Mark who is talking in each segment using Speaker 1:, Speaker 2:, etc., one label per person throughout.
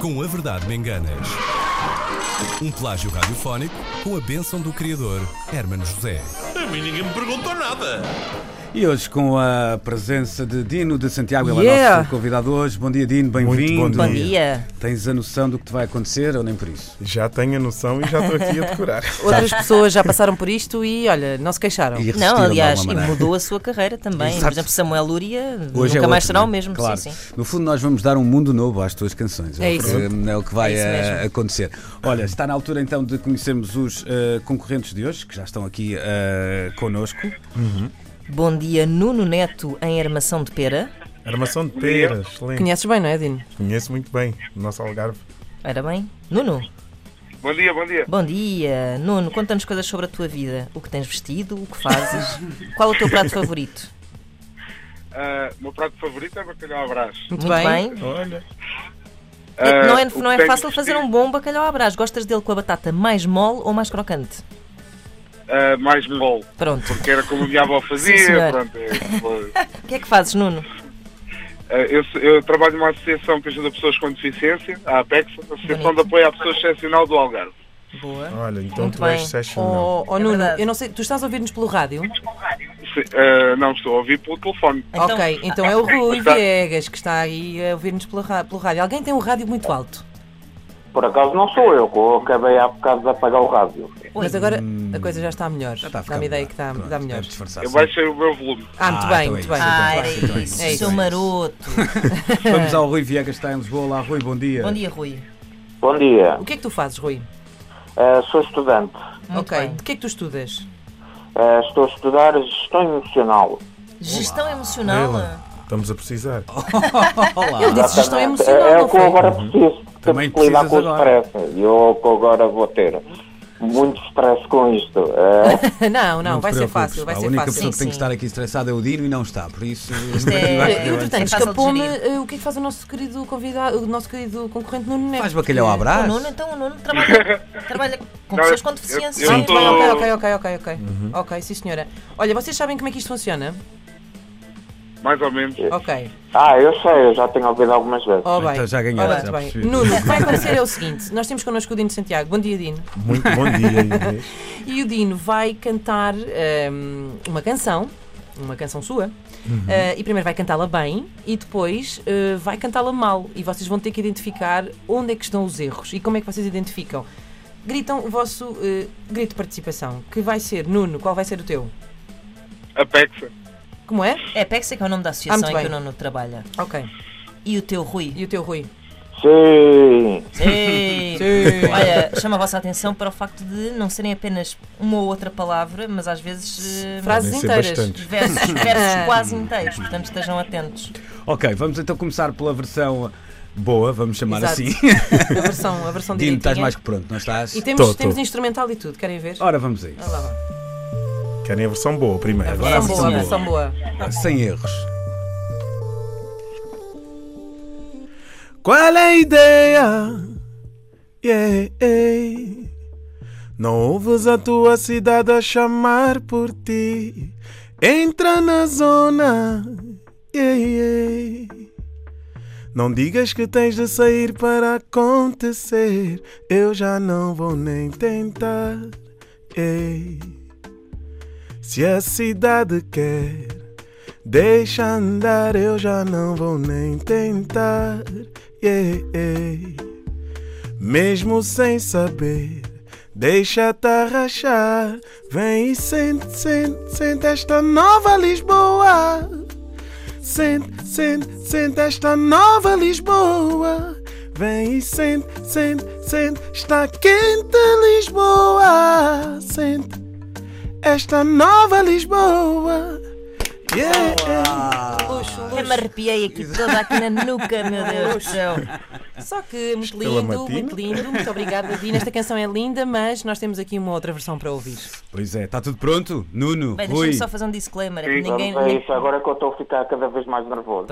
Speaker 1: Com a Verdade Me Enganas. Um plágio radiofónico com a bênção do criador Hermano José.
Speaker 2: A mim ninguém me perguntou nada.
Speaker 3: E hoje com a presença de Dino de Santiago, ele é
Speaker 4: Yeah.
Speaker 3: nosso convidado hoje. Bom dia, Dino, bem-vindo.
Speaker 5: Muito bom
Speaker 4: Bom dia.
Speaker 3: Tens a noção do que te vai acontecer ou nem por isso?
Speaker 5: Já tenho a noção e já estou aqui a decorar.
Speaker 4: Outras pessoas já passaram por isto e, olha, não se queixaram.
Speaker 3: E resistiram
Speaker 6: Não,
Speaker 3: de
Speaker 6: aliás,
Speaker 3: alguma
Speaker 6: e
Speaker 3: maneira.
Speaker 6: mudou a sua carreira também.
Speaker 3: Exato.
Speaker 6: Por exemplo, Samuel Lúria
Speaker 3: Hoje
Speaker 6: nunca
Speaker 3: é
Speaker 6: mais
Speaker 3: outro,
Speaker 6: será o
Speaker 3: né?
Speaker 6: mesmo.
Speaker 3: Claro.
Speaker 6: Sim, sim.
Speaker 3: No fundo, nós vamos dar um mundo novo às tuas canções.
Speaker 4: É
Speaker 3: o
Speaker 4: isso.
Speaker 3: que- é o que vai
Speaker 6: É isso
Speaker 3: eh,
Speaker 6: mesmo.
Speaker 3: acontecer. Olha, está na altura então de conhecermos os eh, concorrentes de hoje, que já estão aqui eh, connosco.
Speaker 6: Bom dia, Nuno Neto em Armação de Pera.
Speaker 5: Armação de peras, excelente.
Speaker 4: Conheces bem, não é, Dino?
Speaker 5: Conheço muito bem o nosso Algarve.
Speaker 6: Era bem? Nuno,
Speaker 7: Bom dia, bom dia.
Speaker 6: bom dia. Nuno, conta-nos coisas sobre a tua vida. O que tens vestido, o que fazes, qual o teu prato favorito?
Speaker 7: Ah, o meu prato favorito é bacalhau à brás.
Speaker 4: Muito bem.
Speaker 5: Olha.
Speaker 6: É- não é,
Speaker 7: Ah, o
Speaker 6: não é
Speaker 7: que tenho
Speaker 6: fácil fazer um
Speaker 7: vestido,
Speaker 6: bom bacalhau à brás. Gostas dele com a batata mais mole ou mais crocante?
Speaker 7: ah, mais mole,
Speaker 6: Pronto.
Speaker 7: porque era como a minha avó fazia.
Speaker 6: Sim, senhora.
Speaker 7: pronto, é, foi.
Speaker 6: O que é que fazes, Nuno?
Speaker 7: Ah, eu, sou- eu trabalho numa associação que ajuda pessoas com deficiência, a APEX, Associação
Speaker 6: Bonito.
Speaker 7: de Apoio à Pessoa Excepcional do Algarve.
Speaker 6: Boa.
Speaker 5: Olha, então
Speaker 6: Muito
Speaker 5: tu és
Speaker 6: bem.
Speaker 5: sessional.
Speaker 4: Oh, oh, Nuno,
Speaker 6: verdade.
Speaker 4: eu não sei, tu estás a ouvir-nos pelo rádio?
Speaker 3: Então,
Speaker 7: Se- ah, não estou a ouvir pelo telefone.
Speaker 4: ok, então é o Rui Viegas que está aí a ouvir-nos pela ra- pelo rádio. Alguém tem um rádio muito alto.
Speaker 8: Por acaso não sou eu, que eu acabei há bocado de apagar o rádio.
Speaker 4: Mas agora a coisa já está melhor.
Speaker 3: Hum. Já está a ficar
Speaker 4: Dá-me ideia
Speaker 3: melhor.
Speaker 4: que está,
Speaker 3: Pronto,
Speaker 4: dá melhor.
Speaker 3: deve disfarçar,
Speaker 7: Eu
Speaker 3: sim.
Speaker 7: baixei o meu volume.
Speaker 4: Ah, muito
Speaker 3: Ah,
Speaker 4: bem,
Speaker 3: então
Speaker 4: muito
Speaker 3: é
Speaker 4: bem. É
Speaker 3: isso, então.
Speaker 6: Ah, era
Speaker 3: Muito bem,
Speaker 6: isso,
Speaker 7: É
Speaker 3: muito bem.
Speaker 6: seu maroto.
Speaker 3: Vamos ao Rui Viegas, que está em Lisboa. Olá, Rui, bom dia.
Speaker 6: Bom dia, Rui.
Speaker 8: Bom dia,
Speaker 4: O que é que tu fazes, Rui?
Speaker 8: Eh, sou estudante.
Speaker 6: Muito
Speaker 4: ok,
Speaker 6: bem.
Speaker 4: de que é que tu estudas?
Speaker 8: Eh, estou a estudar gestão emocional.
Speaker 6: Gestão emocional.
Speaker 5: Estamos a precisar.
Speaker 3: Olá.
Speaker 4: Ele disse gestão
Speaker 8: Exatamente.
Speaker 4: emocional,
Speaker 8: É, é
Speaker 4: não
Speaker 8: o que
Speaker 4: foi? Uhum.
Speaker 8: eu agora preciso, porque
Speaker 3: Também
Speaker 8: tenho que lidar com o
Speaker 3: precisas agora.
Speaker 8: stress. E eu é que agora vou ter muito stress com isto. Eh,
Speaker 4: não, não,
Speaker 3: te
Speaker 4: vai ser
Speaker 3: preocupes,
Speaker 4: fácil, vai
Speaker 3: pá,
Speaker 4: ser
Speaker 3: A única
Speaker 4: fácil.
Speaker 3: pessoa que tem que
Speaker 6: Sim,
Speaker 3: estar aqui estressada é o Dino e não está, por isso.
Speaker 6: é-
Speaker 4: Olha,
Speaker 6: Sim.
Speaker 4: Entretanto,
Speaker 6: É fácil de
Speaker 4: escapou-me
Speaker 6: gerir.
Speaker 4: eh, o que é que faz o nosso querido convidado, o nosso querido concorrente Nuno Neto.
Speaker 3: Faz bacalhau
Speaker 4: É,
Speaker 3: à
Speaker 6: O
Speaker 3: brás?
Speaker 6: Nuno, então, o Nuno trabalha, trabalha com
Speaker 7: Ah, Não,
Speaker 6: pessoas com
Speaker 7: eu-
Speaker 6: deficiência.
Speaker 7: eu
Speaker 4: Ah,
Speaker 6: Sim,
Speaker 4: muito
Speaker 7: tô-
Speaker 4: bem, ok, ok, ok, ok, ok.
Speaker 3: Uhum.
Speaker 4: Ok, sim senhora. Olha, vocês sabem como é que isto funciona?
Speaker 7: Mais ou menos.
Speaker 4: Ok.
Speaker 8: ah, eu sei, eu já tenho ouvido algumas vezes.
Speaker 4: Oh, bem.
Speaker 3: Então já ganhaste,
Speaker 4: Ora,
Speaker 3: já
Speaker 4: muito bem.
Speaker 3: percebi.
Speaker 4: Nuno, o que vai acontecer é o seguinte: nós temos connosco o Dino Santiago. Bom dia, Dino.
Speaker 5: Muito bom dia, Inês.
Speaker 4: E o Dino vai cantar hum, uma canção, uma canção sua,
Speaker 3: Uhum.
Speaker 4: eh, e primeiro vai cantá-la bem e depois eh, vai cantá-la mal. E vocês vão ter que identificar onde é que estão os erros e como é que vocês identificam. Gritam o vosso eh, grito de participação, que vai ser, Nuno, qual vai ser o teu?
Speaker 7: APEX.
Speaker 4: Como é?
Speaker 6: É PEXA que é o nome da associação
Speaker 4: Ah,
Speaker 6: em
Speaker 4: muito
Speaker 6: que o
Speaker 4: bem.
Speaker 6: Nuno trabalha.
Speaker 4: Ok.
Speaker 6: E o teu Rui.
Speaker 4: E o teu, Rui?
Speaker 8: Sim,
Speaker 6: Sim.
Speaker 4: Sim.
Speaker 6: Olha, chama a vossa atenção para o facto de não serem apenas uma ou outra palavra, mas às vezes eh,
Speaker 4: Frases
Speaker 5: Podem ser
Speaker 4: inteiras.
Speaker 5: bastantes.
Speaker 6: versos, versos quase inteiros. Portanto, estejam atentos.
Speaker 3: Ok, vamos então começar pela versão boa, vamos chamar
Speaker 4: Exato.
Speaker 3: assim.
Speaker 4: A versão, a versão
Speaker 3: Dino,
Speaker 4: direitinha.
Speaker 3: estás mais que pronto, não estás?
Speaker 4: E temos,
Speaker 5: Tô, tô.
Speaker 4: temos instrumental e tudo, querem ver?
Speaker 3: Ora, vamos a
Speaker 4: Ah,
Speaker 3: isso.
Speaker 4: lá, lá.
Speaker 5: Querem a versão boa primeiro?
Speaker 4: A
Speaker 3: Agora a
Speaker 4: versão boa, a
Speaker 3: versão
Speaker 4: versão boa.
Speaker 3: Sem erros.
Speaker 5: Qual é a ideia? Yeah, ei. Não ouves a tua cidade a chamar por ti. Entra na zona. Yeah, yeah. Não digas que tens de sair para acontecer. Eu já não vou nem tentar. Ei. Se a cidade quer, deixa andar. Eu já não vou nem tentar. Yeah, yeah. Mesmo sem saber, deixa-te arrachar. Vem e sente, sente, sente esta nova Lisboa. Sente, sente, sente esta nova Lisboa. Vem e sente, sente, sente, está quente Lisboa. Sente esta nova Lisboa. Yeah.
Speaker 4: Ah.
Speaker 6: Eu me arrepiei aqui toda aqui na nuca, meu Deus do céu.
Speaker 4: Só que muito
Speaker 5: Estela
Speaker 4: lindo,
Speaker 5: Martina.
Speaker 4: muito lindo. Muito obrigada, Dina. Esta canção é linda, mas nós temos aqui uma outra versão para ouvir.
Speaker 3: Pois é, está tudo pronto? Nuno,
Speaker 6: Bem,
Speaker 3: Rui.
Speaker 6: deixa-me só fazer um disclaimer. é que
Speaker 8: vamos
Speaker 6: Ninguém,
Speaker 8: a isso. Agora é que eu estou a ficar cada vez mais
Speaker 4: Tá
Speaker 8: nervoso.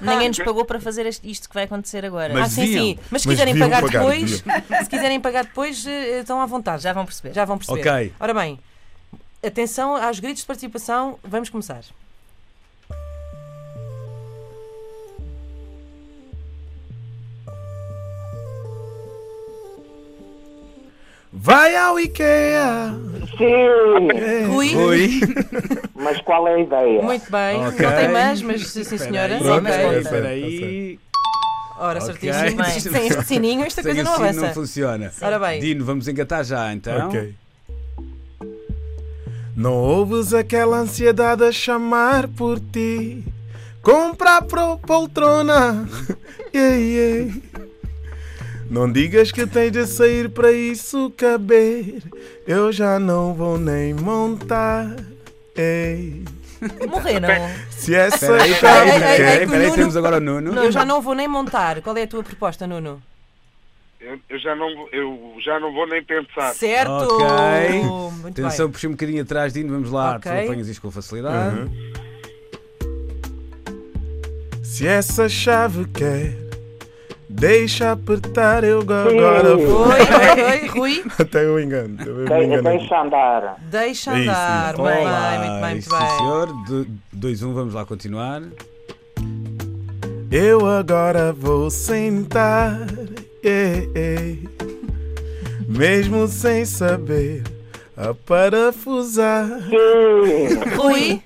Speaker 6: ninguém nos pagou para fazer este- isto que vai acontecer agora.
Speaker 3: Mas
Speaker 4: ah, sim,
Speaker 3: deviam.
Speaker 4: sim. Mas se
Speaker 5: Mas
Speaker 4: quiserem
Speaker 5: deviam
Speaker 4: pagar,
Speaker 5: pagar,
Speaker 4: depois, se quiserem pagar depois, eh, estão à vontade.
Speaker 6: Já vão perceber.
Speaker 4: Já vão perceber.
Speaker 3: Ok.
Speaker 4: Ora bem, atenção aos gritos de participação. Vamos começar.
Speaker 5: Vai ao IKEA!
Speaker 8: Sim!
Speaker 4: Rui,
Speaker 3: Oi.
Speaker 8: Mas qual é a ideia?
Speaker 4: muito bem.
Speaker 3: Ok.
Speaker 4: Não tem mais, mas sim, sim senhora.
Speaker 3: Pronto,
Speaker 4: ok.
Speaker 5: Tá
Speaker 3: espera
Speaker 5: certo, tá
Speaker 3: aí.
Speaker 4: Ora,
Speaker 3: Ok.
Speaker 4: certíssimo. Bem,
Speaker 3: Isto-
Speaker 4: Sem este sininho, esta
Speaker 3: É Sem
Speaker 4: coisa não
Speaker 3: assim não
Speaker 4: avança.
Speaker 3: funciona.
Speaker 4: Ora bem.
Speaker 3: Dino, vamos engatar já então.
Speaker 5: Ok. Não ouves aquela ansiedade a chamar por ti? Compra pro poltrona. Yeah, yeah. Não digas que tens de sair para isso caber. Eu já não vou nem montar. Ei.
Speaker 6: Morreram.
Speaker 5: Se essa
Speaker 3: Espera aí,
Speaker 5: chave
Speaker 4: ei, ei,
Speaker 5: quer.
Speaker 4: ei,
Speaker 3: espera aí,
Speaker 4: é, que o Nuno-
Speaker 3: temos agora o Nuno.
Speaker 4: Eu já não vou nem montar. Qual é a tua proposta, Nuno?
Speaker 7: Eu, eu já não, eu já não vou nem pensar.
Speaker 4: Certo!
Speaker 3: Ok.
Speaker 4: é Muito
Speaker 3: Atenção,
Speaker 4: bem.
Speaker 3: puxa um bocadinho atrás, Dino, vamos lá,
Speaker 4: Ok.
Speaker 3: tu apanhas isto com facilidade.
Speaker 5: Se essa chave quer. Deixa apertar, eu agora vou.
Speaker 4: Oi, oi, oi, Rui,
Speaker 5: Até eu engano. Eu me
Speaker 8: De,
Speaker 5: engano. aqui.
Speaker 8: deixa andar.
Speaker 4: deixa
Speaker 5: É isso,
Speaker 4: andar.
Speaker 5: isso.
Speaker 4: Muito
Speaker 3: Olá,
Speaker 4: bem, muito bem, muito
Speaker 3: então sim,
Speaker 4: bem.
Speaker 3: senhor. 2-1, vamos lá continuar.
Speaker 5: Eu agora vou sentar, ei, ei. mesmo sem saber a parafusar.
Speaker 8: Sim!
Speaker 4: Rui,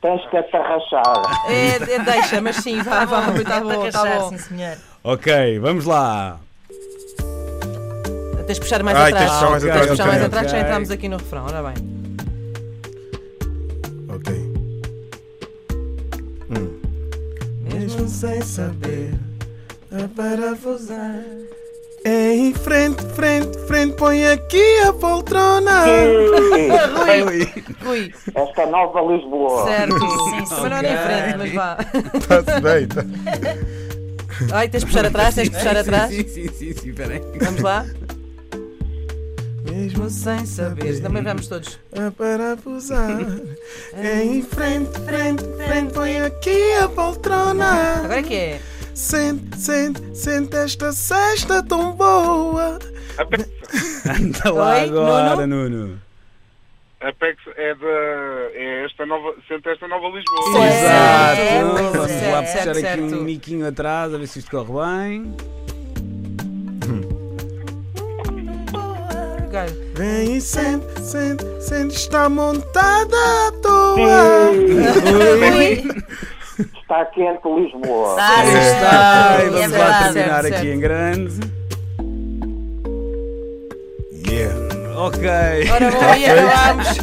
Speaker 8: Tens que atarrachar.
Speaker 4: é, é, deixa, mas sim, tá bom, tá bom, tá
Speaker 6: Atarrachar,
Speaker 4: bom.
Speaker 6: é sim, senhor.
Speaker 3: Ok, vamos lá.
Speaker 4: Tens de puxar mais
Speaker 5: Ai, tens
Speaker 4: atrás.
Speaker 5: de puxar mais
Speaker 4: Tens de
Speaker 5: atrás,
Speaker 4: puxar
Speaker 5: ok,
Speaker 4: mais
Speaker 5: ok.
Speaker 4: atrás, que já entramos aqui no refrão. Ora bem.
Speaker 5: Ok. Hum. Mesmo sem saber a parafusar. É Em frente, frente, frente, põe aqui a poltrona.
Speaker 4: Rui, Rui,
Speaker 8: Esta nova Lisboa.
Speaker 4: certo.
Speaker 6: Sim,
Speaker 4: Mas não é nem
Speaker 6: senhor.
Speaker 4: frente, mas vá.
Speaker 5: Está-se bem, tá.
Speaker 4: Ai, tens de puxar atrás, tens de puxar
Speaker 3: Sim,
Speaker 4: atrás.
Speaker 3: Sim, sim, sim, sim, peraí.
Speaker 4: Vamos lá.
Speaker 5: Mesmo
Speaker 4: Sem saber. Também vamos todos.
Speaker 5: a parafusar. É em frente, frente, frente, põe aqui a poltrona.
Speaker 4: Agora é que é.
Speaker 5: Sente, sente, sente esta cesta tão boa.
Speaker 7: A Pex,
Speaker 3: Anda lá
Speaker 4: Oi,
Speaker 3: agora, Nuno.
Speaker 7: a Pex é, da, é esta nova, sente esta nova Lisboa.
Speaker 4: Certo,
Speaker 3: Exato.
Speaker 4: é, pois é,
Speaker 3: Vamos lá puxar
Speaker 4: certo,
Speaker 3: aqui
Speaker 4: certo.
Speaker 3: um miquinho atrás, a ver se isto corre bem.
Speaker 4: Agora.
Speaker 5: Vem e sente, sente, sente, está montada à toa.
Speaker 4: Rui,
Speaker 8: Está quente Lisboa.
Speaker 4: É.
Speaker 6: Ah,
Speaker 3: Aí está, e
Speaker 6: sim, senhor.
Speaker 3: vamos
Speaker 6: É
Speaker 3: lá
Speaker 6: verdade.
Speaker 3: terminar
Speaker 4: certo,
Speaker 3: aqui
Speaker 4: certo.
Speaker 3: em grande.
Speaker 5: Yeah.
Speaker 3: Ok.
Speaker 4: Ora bom,
Speaker 5: Tá
Speaker 4: e acabamos é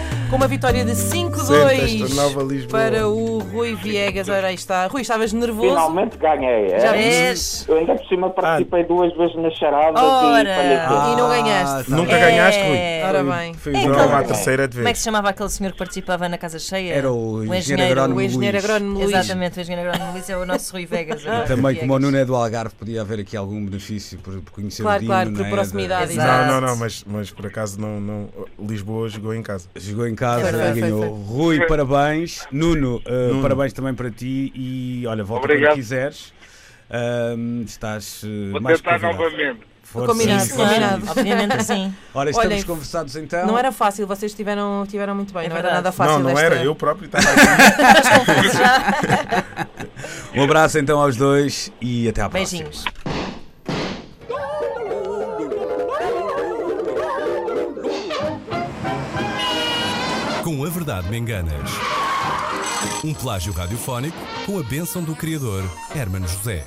Speaker 4: com uma vitória de 5-2
Speaker 5: Lisboa.
Speaker 4: para o Rui Viegas. Ora aí está. Rui, estavas nervoso?
Speaker 8: Finalmente ganhei. é?
Speaker 4: Já
Speaker 6: Vês?
Speaker 8: Eu ainda por cima participei duas vezes na charada
Speaker 6: Ora.
Speaker 8: e falhei tudo.
Speaker 4: E não ganhaste.
Speaker 3: tá
Speaker 5: Nunca
Speaker 3: bem.
Speaker 5: ganhaste, Rui?
Speaker 6: É.
Speaker 4: Ora bem.
Speaker 5: Foi
Speaker 6: É
Speaker 5: não,
Speaker 6: aquele-
Speaker 5: a terceira de
Speaker 6: Como é que
Speaker 5: vez.
Speaker 6: se chamava aquele senhor que participava na Casa Cheia?
Speaker 3: Era o engenheiro
Speaker 5: É.
Speaker 3: agrónomo.
Speaker 4: O engenheiro
Speaker 3: Luís.
Speaker 4: agrónomo Luís.
Speaker 6: Exatamente, o engenheiro agrónomo Luís é o nosso Rui Vegas. agora.
Speaker 3: Também, como o
Speaker 6: Viegas.
Speaker 3: Nuno é do Algarve, podia haver aqui algum benefício por, por conhecer o
Speaker 4: Claro,
Speaker 3: Dino,
Speaker 4: claro,
Speaker 3: não
Speaker 4: por
Speaker 3: é?
Speaker 4: proximidade.
Speaker 6: Exato.
Speaker 5: né? Não, não, não, mas, mas por acaso não, não. Lisboa jogou em casa.
Speaker 3: Jogou em casa
Speaker 4: Foi, É foi,
Speaker 3: e ganhou. Rui, parabéns. Nuno, uh, parabéns também para ti e olha, volta
Speaker 7: Obrigado.
Speaker 3: quando quiseres. Ahm, estás uh,
Speaker 7: Vou
Speaker 3: mais
Speaker 7: tentar
Speaker 3: que convidado.
Speaker 7: novamente.
Speaker 3: Força,
Speaker 4: Combinado,
Speaker 3: isso,
Speaker 4: combinado.
Speaker 3: isso.
Speaker 6: Obviamente que sim.
Speaker 3: Ora, estamos
Speaker 4: Olhem,
Speaker 3: conversados então.
Speaker 4: Não era fácil, vocês tiveram, tiveram muito bem,
Speaker 6: É
Speaker 4: não era
Speaker 6: verdade.
Speaker 4: nada fácil.
Speaker 5: não, não
Speaker 4: esta-
Speaker 5: era, eu próprio estava aqui.
Speaker 3: Um abraço então aos dois e até à próxima.
Speaker 6: Beijinhos.
Speaker 1: Com a Verdade Me Enganas. Um plágio radiofónico com a bênção do criador, Hermano José.